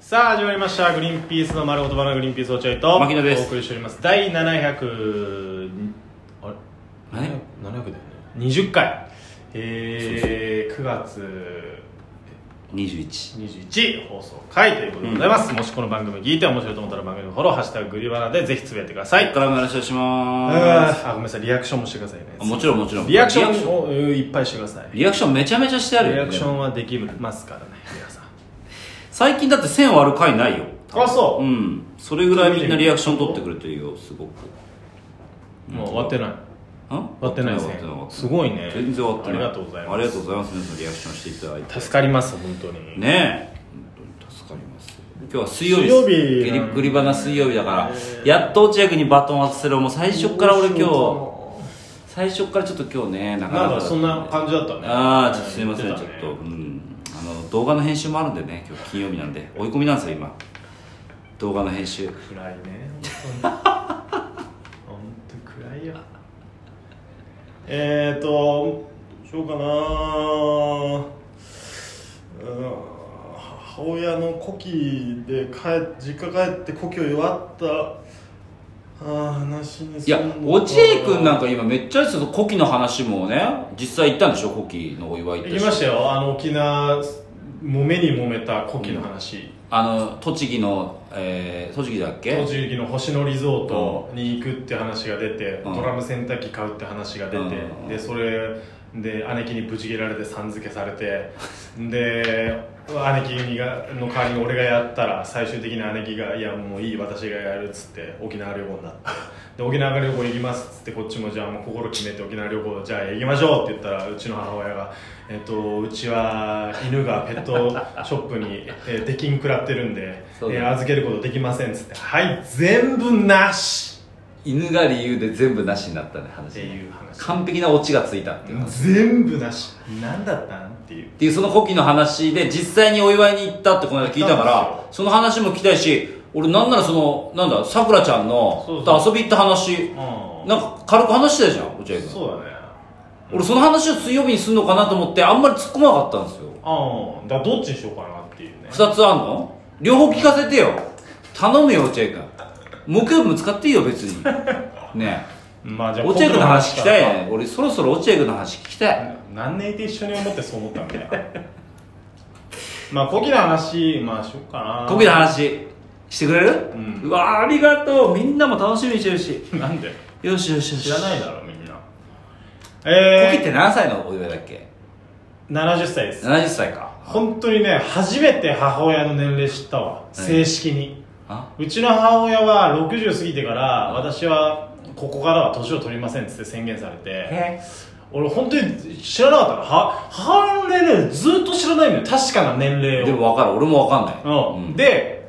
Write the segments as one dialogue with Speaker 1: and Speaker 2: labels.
Speaker 1: さあ始まりました「グリーンピースの丸言葉のグリーンピース落合」と
Speaker 2: 牧野です
Speaker 1: お送りしております第700んあれ700
Speaker 2: 何
Speaker 1: だよね20回えー、9月
Speaker 2: 21
Speaker 1: 21放送回ということでございます、もしこの番組聞いて面白いと思ったら番組のフォロー「ハッシュタググリバナ」でぜひつぶやいてください
Speaker 2: こからもよろしくお願いしま
Speaker 1: あーあごめんなさいリアクションもしてくださいね
Speaker 2: すもちろんもちろん
Speaker 1: リアクショ
Speaker 2: リアクション
Speaker 1: ンをうんいっぱいしてください
Speaker 2: リアクションめちゃめちゃしてあるよ、ね、
Speaker 1: リアクションはできますからね皆さん
Speaker 2: 最近だって1000割る回ないよ
Speaker 1: あそうう、
Speaker 2: んそれぐらいみんなリアクション取ってくれてるよすごく
Speaker 1: もう終わってない
Speaker 2: 終
Speaker 1: 割ってないです
Speaker 2: 終わ
Speaker 1: ね
Speaker 2: ってなかった
Speaker 1: すごいね
Speaker 2: 全然終わってない
Speaker 1: ありがとうございます
Speaker 2: ありがとうございます皆さんリアクションしていただいて
Speaker 1: 助かります本当に
Speaker 2: ねえ本当に助かります今日は水曜日
Speaker 1: 水曜日
Speaker 2: ですグリグリバナ水曜日だから、
Speaker 1: え
Speaker 2: やっと落合君にバトン渡せるもう最初から俺今日
Speaker 1: 日
Speaker 2: 最初からちょっと今日ねなかな
Speaker 1: な
Speaker 2: か
Speaker 1: ん
Speaker 2: だ
Speaker 1: か
Speaker 2: った
Speaker 1: そんな感じだったね
Speaker 2: ああちょっとすいません、
Speaker 1: 言
Speaker 2: ち
Speaker 1: て
Speaker 2: ょった
Speaker 1: ね
Speaker 2: と、うん、あの動画の編集もあるんでね今日金曜日なんで追い込みなんですよ今動画の編集
Speaker 1: 暗いね本当に本当暗いよえーとどうしようかなうん母親の古希で帰実家帰って故郷弱ったあー話に
Speaker 2: いや落合君なん
Speaker 1: か
Speaker 2: か今めっちゃですよ古希の話もね実際行ったんでしょ古希のお祝いって
Speaker 1: 行きましたよあの沖縄揉めに揉めた古希の話、
Speaker 2: あの栃木の、えー、栃木だっけ
Speaker 1: 栃木の星野リゾートに行くって話が出て、
Speaker 2: うん
Speaker 1: ドラム洗濯機買うって話が出て、
Speaker 2: うん
Speaker 1: でそれで姉貴にブチ切られてさん付けされてで姉貴にがの代わりに俺がやったら最終的に姉貴が「いやもういい私がやる」っつって沖縄旅行になってで沖縄旅行行きますっつってこっちもじゃあもう心決めて沖縄旅行じゃあ行きましょうって言ったらうちの母親が「えっとうちは犬がペットショップに、えー、出禁食らってるんで、え
Speaker 2: そうだね
Speaker 1: ー預けることできません」っつって「はい全部なし!」
Speaker 2: 犬が理由で全部なしになったね
Speaker 1: っ
Speaker 2: 話
Speaker 1: ていう話
Speaker 2: 完璧なオチがついたっていう話
Speaker 1: 全部なし何だったんっていう
Speaker 2: っていうその古希の話で実際にお祝いに行ったってこの間聞いたか
Speaker 1: 行ったん
Speaker 2: らその話も聞きたいし俺なんならそのなんださくらちゃんの
Speaker 1: そうそう
Speaker 2: と遊び行った話
Speaker 1: う
Speaker 2: なんか軽く話してたじゃん落合君
Speaker 1: んそうだね
Speaker 2: 俺その話を水曜日にするのかなと思ってあんまり突っ込まなかったんですよ
Speaker 1: ああだからどっちにしようかなっていうね
Speaker 2: 2つあんの両方聞かせてよ頼むよ落合君木曜日も使っていいよ 別にね
Speaker 1: まあじ
Speaker 2: え
Speaker 1: ゃあ
Speaker 2: 落合君の話聞きたいね俺そろそろ落合君の話聞きたい
Speaker 1: 何年いて一緒に思ってそう思ったんだよ まあコキの話まあしようかな
Speaker 2: 古希の話してくれる、
Speaker 1: うん
Speaker 2: わあありがとうみんなも楽しみにしてるし
Speaker 1: なんで
Speaker 2: よしよしよし
Speaker 1: 知らないだろみんな
Speaker 2: コキっ
Speaker 1: え
Speaker 2: て何歳のお祝いだっけ
Speaker 1: ー、70歳です
Speaker 2: 70歳か
Speaker 1: 本当にね初めて母親の年齢知ったわ正式に
Speaker 2: あ
Speaker 1: うちの母親は60過ぎてから私はここからは年を取りませんっつって宣言されて
Speaker 2: へ
Speaker 1: 俺本当に知らなかったのは母親の年齢ずっと知らないのよ確かな年齢を
Speaker 2: でも分かる俺も分かんない
Speaker 1: うんで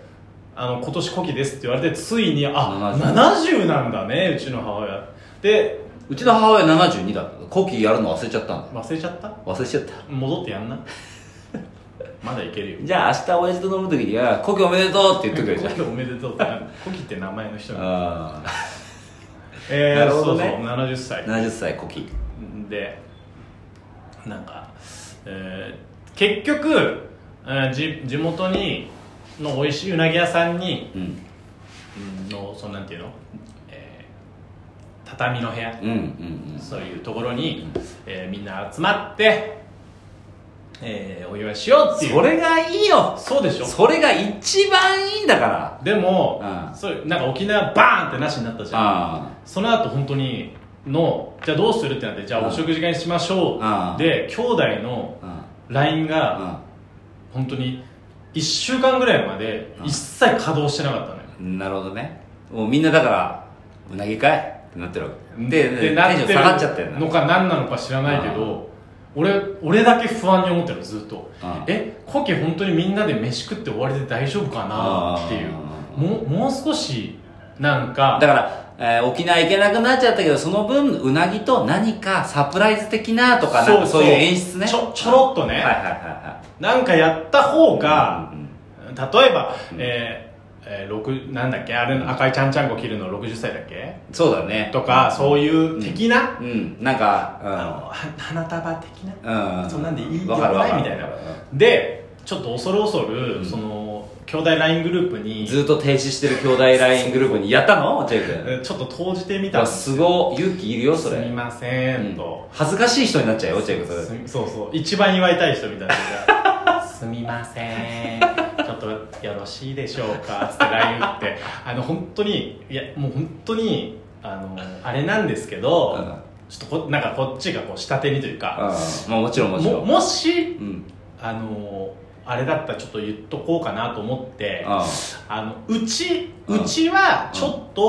Speaker 1: あの今年古希ですって言われてついにあ
Speaker 2: 70
Speaker 1: 70なんだねうちの母親で
Speaker 2: うちの母親72だったコキやるの忘れちゃったんだ
Speaker 1: 忘れちゃった
Speaker 2: 忘れちゃった
Speaker 1: 戻ってやんな まだいけるよ
Speaker 2: じゃあ明日親父と飲む時には「コキおめでとう」って言っとくれじゃん
Speaker 1: 古希おめでとうってなる古希って名前の人なの
Speaker 2: ああ
Speaker 1: えー、
Speaker 2: なるほどね
Speaker 1: そうそう70歳
Speaker 2: 70歳コキ
Speaker 1: でなんか、えー結局、えーじ地元にの美味しいうなぎ屋さんに
Speaker 2: うん
Speaker 1: うんのそのなんていうの、えー畳の部屋
Speaker 2: うんうんうん
Speaker 1: そういうところに、えーみんな集まって、えーお祝いしようっていう
Speaker 2: それがいいよ
Speaker 1: そうでしょ
Speaker 2: それが一番いいんだから
Speaker 1: でも、
Speaker 2: うん
Speaker 1: そういうなんか沖縄バーンってなしになったじゃん
Speaker 2: あ
Speaker 1: その後本当にのじゃあどうするってなってじゃあお食事会にしましょ
Speaker 2: うん
Speaker 1: うで兄弟の
Speaker 2: あうん
Speaker 1: LINE
Speaker 2: う
Speaker 1: が本当に1週間ぐらいまで
Speaker 2: うん
Speaker 1: 一切稼働してなかったのよ
Speaker 2: んなるほどねもうみんなだからうなぎかいってなってるわけででテン
Speaker 1: な
Speaker 2: シ
Speaker 1: っ
Speaker 2: ョン
Speaker 1: て
Speaker 2: 下がっちゃってる
Speaker 1: るのか何なのか知らないけど俺俺だけ不安に思ってるのずっと
Speaker 2: うん
Speaker 1: えコケ本当にみんなで飯食って終わりで大丈夫かなっていう
Speaker 2: うん
Speaker 1: もうもう少しなんか
Speaker 2: だから、えー沖縄行けなくなっちゃったけどその分うなぎと何かサプライズ的なとかなんかそういう演出ね
Speaker 1: ちょちょろっとね、
Speaker 2: はいはいはいは
Speaker 1: なんかやった方
Speaker 2: い
Speaker 1: が、
Speaker 2: うんうんうん
Speaker 1: 例えば、
Speaker 2: うん
Speaker 1: えーえー六なんだっけあれの赤いちゃんちゃんこ切るの60歳だっけ
Speaker 2: そうだね
Speaker 1: とか、そういう的な、
Speaker 2: うんなん
Speaker 1: あ
Speaker 2: か
Speaker 1: のは花束的な、
Speaker 2: うんうん
Speaker 1: そんなんでいい
Speaker 2: わかるわかる
Speaker 1: よくないみたいなでちょっと恐る恐る、
Speaker 2: うん
Speaker 1: その兄弟 LINE グループに
Speaker 2: ずっと停止してる兄弟 LINE グループにやったの落合君
Speaker 1: えちょっと投じてみ
Speaker 2: う
Speaker 1: たん
Speaker 2: わ
Speaker 1: です
Speaker 2: すごい勇気いるよそ
Speaker 1: すみ
Speaker 2: れ
Speaker 1: ません
Speaker 2: うん
Speaker 1: と、
Speaker 2: 恥ずかしい人になっちゃうよ落合君それ
Speaker 1: すみそうそう一番祝いたい人みたい なすみませんちょっとよろしいでしょうかつって LINE 打ってあの本当にいやもう本当にあのあれなんですけど、
Speaker 2: うん
Speaker 1: ちょっとこなんかこっちがこう下手にというか、
Speaker 2: うんまあもちろんもちろ
Speaker 1: も
Speaker 2: ん
Speaker 1: もし
Speaker 2: うん
Speaker 1: あのあれだったらちょっと言っとこうかなと思って
Speaker 2: あ
Speaker 1: あのうち
Speaker 2: う
Speaker 1: うんちはちょっと、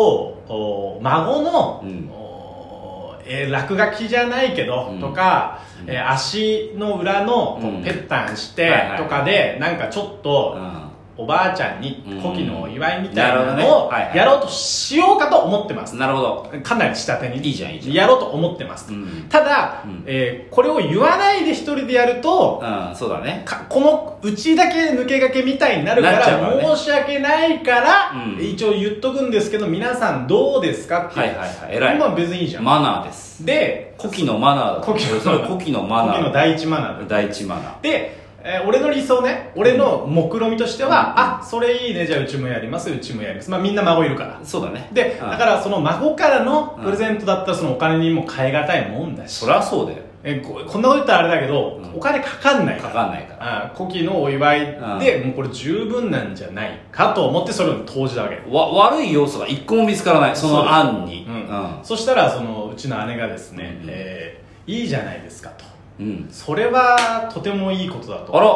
Speaker 1: お孫の、
Speaker 2: うん
Speaker 1: おえー落書きじゃないけど、
Speaker 2: うん
Speaker 1: とか、
Speaker 2: うん
Speaker 1: えー足の裏のこう
Speaker 2: うん
Speaker 1: ぺったんし
Speaker 2: はいはい
Speaker 1: て
Speaker 2: はい
Speaker 1: とかで、なんかちょっと、
Speaker 2: あ
Speaker 1: おばあちゃんに
Speaker 2: うん
Speaker 1: 古希のお祝いみたいな
Speaker 2: なるほ
Speaker 1: の
Speaker 2: ど
Speaker 1: を
Speaker 2: ねはいはい
Speaker 1: やろうとしようかと思ってます、
Speaker 2: なるほど
Speaker 1: かなり下手に
Speaker 2: いいじゃんいいじゃん
Speaker 1: やろうと思ってます、
Speaker 2: うん
Speaker 1: ただ、
Speaker 2: うん
Speaker 1: えーこれを言わないで一人でやると、
Speaker 2: うんそうだね
Speaker 1: かこのうちだけ抜け駆けみたいになるから
Speaker 2: なっちゃうからね
Speaker 1: 申し訳ないから、
Speaker 2: うん
Speaker 1: 一応言っとくんですけど皆さんどうですかって
Speaker 2: はいはいはい偉い
Speaker 1: 今別にいいじゃん、
Speaker 2: マナーです
Speaker 1: で
Speaker 2: 古希のマナーだ
Speaker 1: 古希のマナー
Speaker 2: それ古希のマナ
Speaker 1: 時の
Speaker 2: ー
Speaker 1: 第一マナー
Speaker 2: 第一マナー
Speaker 1: で、えー俺の理想ね俺の目論見としては、あそれいいねじゃあうちもやりますうちもやりますまあみんな孫いるから
Speaker 2: そうだね
Speaker 1: で、
Speaker 2: うん
Speaker 1: だからその孫からの
Speaker 2: うん
Speaker 1: プレゼントだったらそのお金にも変え難いもんだし、
Speaker 2: そりゃそうだよ
Speaker 1: えーここんなこと言ったらあれだけど、
Speaker 2: うん
Speaker 1: お金かかんないか
Speaker 2: からかんないから
Speaker 1: あ古希のお祝いでもうこれ十分なんじゃないかと思ってそれを投じたわけ
Speaker 2: わ悪い要素が一個も見つからない
Speaker 1: そ
Speaker 2: そ
Speaker 1: うで
Speaker 2: の
Speaker 1: す
Speaker 2: 案に
Speaker 1: うんそしたらそのうちの姉がですね、
Speaker 2: うん
Speaker 1: えーいいじゃないですかと
Speaker 2: うんうん
Speaker 1: それはとてもいいことだ
Speaker 2: あ
Speaker 1: と
Speaker 2: ら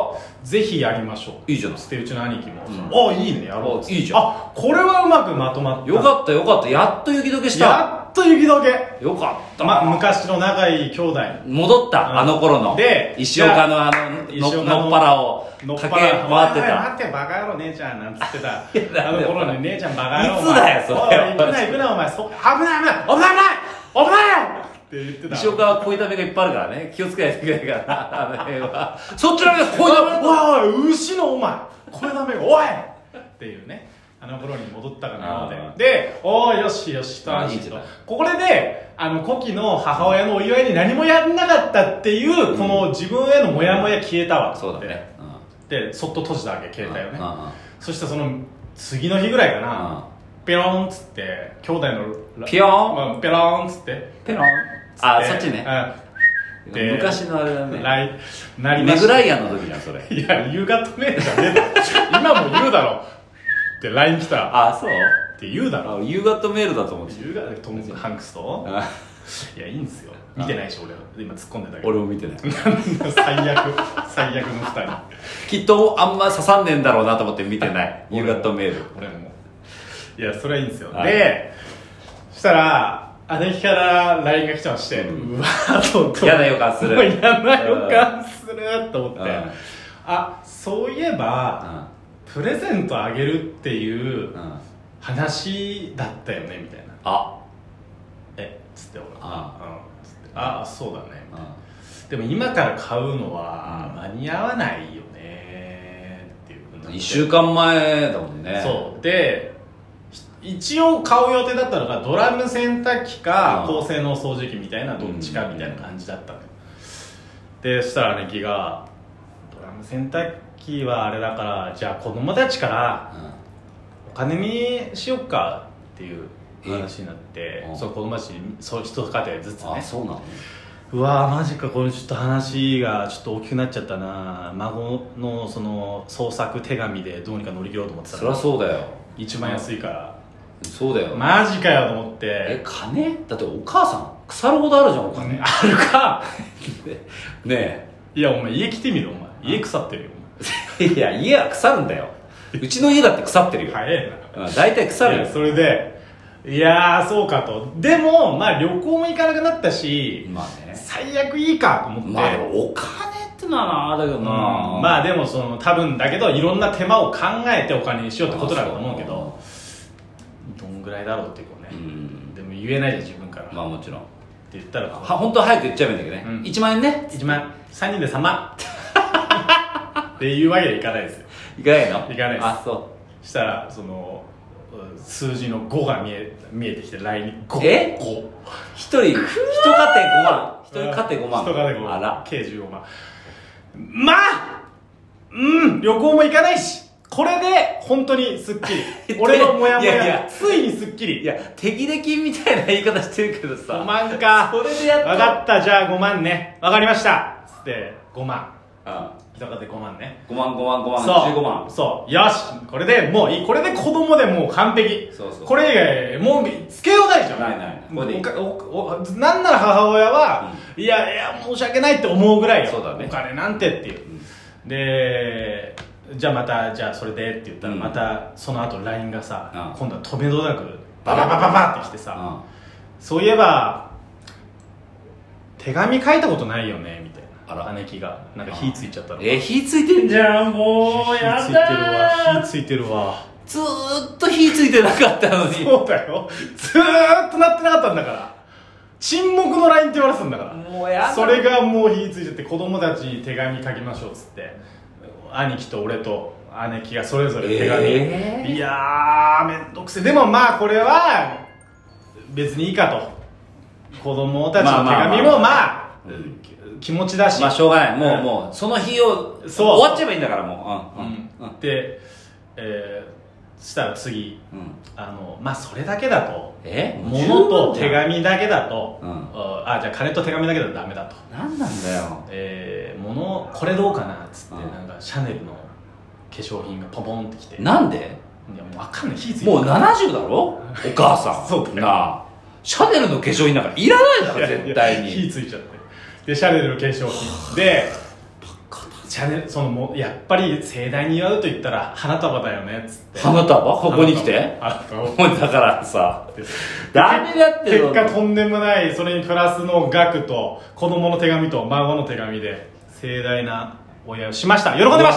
Speaker 1: ぜひやりましょう
Speaker 2: いいじゃない
Speaker 1: つってうちの兄貴も「
Speaker 2: うん
Speaker 1: おいいねやろう」
Speaker 2: いいじゃん
Speaker 1: あこれはうまくまとまった
Speaker 2: よかったよかったやっと雪解けした
Speaker 1: やっと雪解け
Speaker 2: よかった、
Speaker 1: ま、昔の仲いい兄弟
Speaker 2: 戻った、
Speaker 1: うん
Speaker 2: あの頃の
Speaker 1: で
Speaker 2: 石岡のあの
Speaker 1: 石
Speaker 2: の
Speaker 1: 岡の
Speaker 2: のっぱらを
Speaker 1: のっ
Speaker 2: 駆け
Speaker 1: ぱ
Speaker 2: 回
Speaker 1: ら
Speaker 2: って
Speaker 1: おいおい
Speaker 2: た
Speaker 1: 待ってバカ野郎姉ちゃんなんつってた
Speaker 2: いや
Speaker 1: あの頃に姉ちゃんバカ野郎
Speaker 2: いつだよそれ
Speaker 1: おいおい行くな行くなお前そ危ない危ない危ない危ない危ないって言ってた
Speaker 2: 石岡は恋ためがいっぱいあるからね気をつけないといけないからなあの辺はそっちの目が恋ため
Speaker 1: おいおいおい牛のお前これダメよおいっていうねあの頃に戻ったかな
Speaker 2: あ
Speaker 1: のででおーよしよしと
Speaker 2: あ
Speaker 1: 安
Speaker 2: ーいい
Speaker 1: 心
Speaker 2: じゃ
Speaker 1: と
Speaker 2: ない
Speaker 1: これであの古希の母親のお祝いに何もやんなかったっていう、この自分へのモヤモヤ消えたわ
Speaker 2: そうだね、うん、
Speaker 1: でそっと閉じたわけ携帯をね
Speaker 2: うんうんうん
Speaker 1: そしてその次の日ぐらいかな、ペロンっつって兄弟のラ
Speaker 2: ピヨーン
Speaker 1: まあ、ペロンっつって
Speaker 2: ペロンあ
Speaker 1: で
Speaker 2: そっちね
Speaker 1: うで
Speaker 2: 昔のあれだ
Speaker 1: ん
Speaker 2: ね
Speaker 1: 来なりま
Speaker 2: メ
Speaker 1: し
Speaker 2: グ
Speaker 1: た
Speaker 2: ライアンの時じゃんそれ
Speaker 1: いや夕方ねえじゃねえだろ今も言うだろって LINE 来たらあ
Speaker 2: あそう
Speaker 1: って言うだろ
Speaker 2: あ夕方メールだと思ってた
Speaker 1: 夕方トム・ハンクスと
Speaker 2: あ
Speaker 1: いやいいんですよ見てないし俺今突っ込んでたけど
Speaker 2: 俺も見て ない
Speaker 1: 最悪最悪の2人
Speaker 2: きっとあんま刺さんねえんだろうなと思って見て ない夕方メール
Speaker 1: 俺もいやそれはいいんですよ
Speaker 2: はい
Speaker 1: でそしたら姉貴から LINE が来てまして、うわーと思って
Speaker 2: 嫌な予感する
Speaker 1: もう嫌な予感すると思って、
Speaker 2: うん
Speaker 1: あそういえば、プレゼントあげるっていう
Speaker 2: うんうん
Speaker 1: 話だったよねみたいな
Speaker 2: あ
Speaker 1: えっつって俺
Speaker 2: あ
Speaker 1: うんつってあそうだね
Speaker 2: うん
Speaker 1: でも今から買うのは
Speaker 2: うん
Speaker 1: 間に合わないよねっていうことになって
Speaker 2: 1週間前だもんね
Speaker 1: そうでひ一応買う予定だったのがドラム洗濯機か
Speaker 2: うん
Speaker 1: 高性能掃除機みたいなどっちかみたいな感じだったのよでそしたら姉貴が「ドラム洗濯機はあれだからじゃあ子供たちから
Speaker 2: うん、
Speaker 1: お金にしよっか」っていう話になって
Speaker 2: えうん
Speaker 1: そう子供たちにそう一家庭ずつね
Speaker 2: あそうなの
Speaker 1: うわーマジかこれちょっと話がちょっと大きくなっちゃったな孫のその創作手紙でどうにか乗り切ろうと思ってた
Speaker 2: そりゃそうだよ
Speaker 1: 一番安いから、
Speaker 2: そうだよ、
Speaker 1: マジかよと思っ
Speaker 2: え
Speaker 1: て
Speaker 2: 金だってお母さん腐るほどあるじゃんお金 ね
Speaker 1: あるか
Speaker 2: え
Speaker 1: いやお前家来てみろお前家腐ってるよお
Speaker 2: いや家は腐るんだようちの家だって腐ってるよ、
Speaker 1: 前早いな
Speaker 2: うん大体腐る
Speaker 1: い
Speaker 2: よ
Speaker 1: やそれでいやーそうかとでもまあ旅行も行かなくなったし
Speaker 2: まあね
Speaker 1: 最悪いいかと思って、
Speaker 2: まあでもお金ってのはなだけど
Speaker 1: うん
Speaker 2: な、
Speaker 1: まあでもその多分だけどいろんな手間を考えてお金にしようってことだと思うけど
Speaker 2: あ
Speaker 1: どんぐらいだろうってこうね、
Speaker 2: そううん
Speaker 1: でも言えないじゃん自分から、
Speaker 2: ま
Speaker 1: っ
Speaker 2: あもちろん
Speaker 1: て言ったら
Speaker 2: は本当は早く言っちゃえばいいんだけどね、
Speaker 1: うん
Speaker 2: 1万円ね
Speaker 1: 1万3人で3万っていうわけにはいかないですよ
Speaker 2: いかないの
Speaker 1: いかないです
Speaker 2: あそ
Speaker 1: したらそのうん数字の5が見え見えてきて LINE に5
Speaker 2: え
Speaker 1: 5
Speaker 2: う1人1家庭5万1人家庭5万
Speaker 1: 人家庭5万
Speaker 2: あら
Speaker 1: 計15万まあうん旅行も行かないしこれで本当にすっき り
Speaker 2: で
Speaker 1: 俺のモヤモ
Speaker 2: いやい
Speaker 1: ヤ
Speaker 2: や
Speaker 1: ついにすっきり
Speaker 2: いや敵敵みたいな言い方してるけど
Speaker 1: 5
Speaker 2: さ
Speaker 1: 万か
Speaker 2: それでやっと
Speaker 1: 分かったじゃあ5万ね分かりましたつって5万
Speaker 2: あ
Speaker 1: だからで5万ね
Speaker 2: 5万5万5万
Speaker 1: そう
Speaker 2: 15万
Speaker 1: そうよしこれでもういいこれで子供でもう完璧
Speaker 2: そうそう
Speaker 1: これ以外もうつけようないじゃん
Speaker 2: ないないこれでいい
Speaker 1: おかおおなんなら母親は、いやいや申し訳ないって思うぐらいよ
Speaker 2: そうだね
Speaker 1: お金なんてっていう、でじゃあまたじゃあそれでって言ったら、
Speaker 2: うん
Speaker 1: またその後 LINE がさ、
Speaker 2: うん
Speaker 1: 今度は止めどなくバババババってきてさ、
Speaker 2: うん
Speaker 1: そういえば手紙書いたことないよねみたいな
Speaker 2: あら
Speaker 1: 姉貴がなんか火ついちゃったの
Speaker 2: え火ついてんじゃんもうやだ
Speaker 1: 火
Speaker 2: ー
Speaker 1: ついてるわ
Speaker 2: ずーっと火ついてなかったの
Speaker 1: 火ついて
Speaker 2: に
Speaker 1: るわそうだよずーっとなってなかったんだから沈黙のラインって言われてたんだから
Speaker 2: もうやだ
Speaker 1: それがもう火ついちゃって子供たちに手紙書きましょうっつって兄貴と俺と姉貴がそれぞれ手紙、
Speaker 2: えー
Speaker 1: いやーめんどくせえでもまあこれは別にいいかと子供たちの手紙もまあ、
Speaker 2: うん
Speaker 1: 気持ちだし、
Speaker 2: まあしょうがないもう、
Speaker 1: うん
Speaker 2: もうその日を
Speaker 1: そう
Speaker 2: 終わっちゃえばいいんだからもう
Speaker 1: う
Speaker 2: うん
Speaker 1: ん
Speaker 2: うんうん
Speaker 1: で、えーしたら次
Speaker 2: うん
Speaker 1: あのまあそれだけだと
Speaker 2: え
Speaker 1: 物と手
Speaker 2: 紙
Speaker 1: 紙だけだと、
Speaker 2: うん
Speaker 1: あじゃあ金と手紙だけだとダメだと
Speaker 2: 何なんだよ
Speaker 1: えー、物これどうかなっつって、
Speaker 2: うん
Speaker 1: なんかシャネルの化粧品がポポンってきてい
Speaker 2: なんで
Speaker 1: やもうわかんない火ついてる
Speaker 2: もう70だろお母さん
Speaker 1: そうだよ
Speaker 2: なあシャネルの化粧品なんかいらないだ
Speaker 1: い
Speaker 2: ろ
Speaker 1: やいや
Speaker 2: 絶対
Speaker 1: 火
Speaker 2: に
Speaker 1: ついちゃってでシャネルの化粧品でシャネルそのもうやっぱり盛大に祝うと言ったら花束だよねっつって
Speaker 2: 花束ここ に来て
Speaker 1: 花束を
Speaker 2: もうだからさ
Speaker 1: です
Speaker 2: ダメだって
Speaker 1: 結果とんでもないそれにプラスの額と子供の手紙と孫の手紙で盛大なお祝いをしました喜んでまし